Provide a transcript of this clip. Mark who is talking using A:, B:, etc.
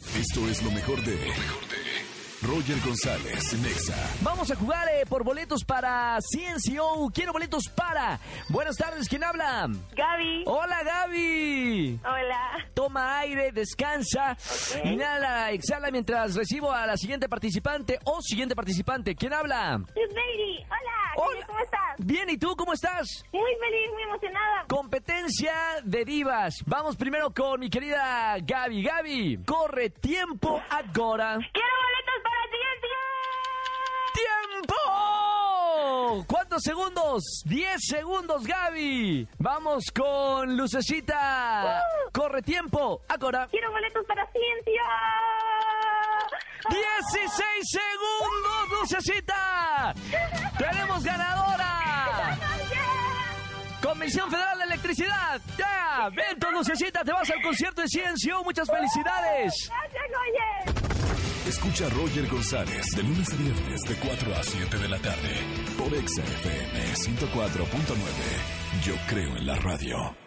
A: Esto es lo mejor de. Roger González, Nexa.
B: Vamos a jugar eh, por boletos para CNCO. Quiero boletos para. Buenas tardes, ¿quién habla?
C: Gaby.
B: Hola, Gaby.
C: Hola.
B: Toma aire, descansa,
C: Ok.
B: inhala, exhala mientras recibo a la siguiente participante o siguiente participante. ¿Quién habla?
C: Miss Baby. Hola. ¿Qué tal? ¿Cómo estás?
B: Bien, ¿y tú cómo estás?
C: Muy feliz, muy emocionada.
B: Competencia de divas. Vamos primero con mi querida Gaby. Gaby, corre tiempo agora.
C: Quiero boletos para ti, tío.
B: ¡Tiempo! ¿Cuántos segundos? 10 segundos, Gaby. Vamos con Lucecita. Corre tiempo. Agora.
C: Quiero boletos para ciencia.
B: 16 segundos, Lucecita. Tenemos ganadora. Comisión Federal de Electricidad. Ya. Vento, Lucecita. Te vas al concierto de Ciencio. Muchas felicidades.
C: Gracias, oye.
A: Escucha a Roger González de lunes a viernes de 4 a 7 de la tarde por Exa FM 104.9. Yo creo en la radio.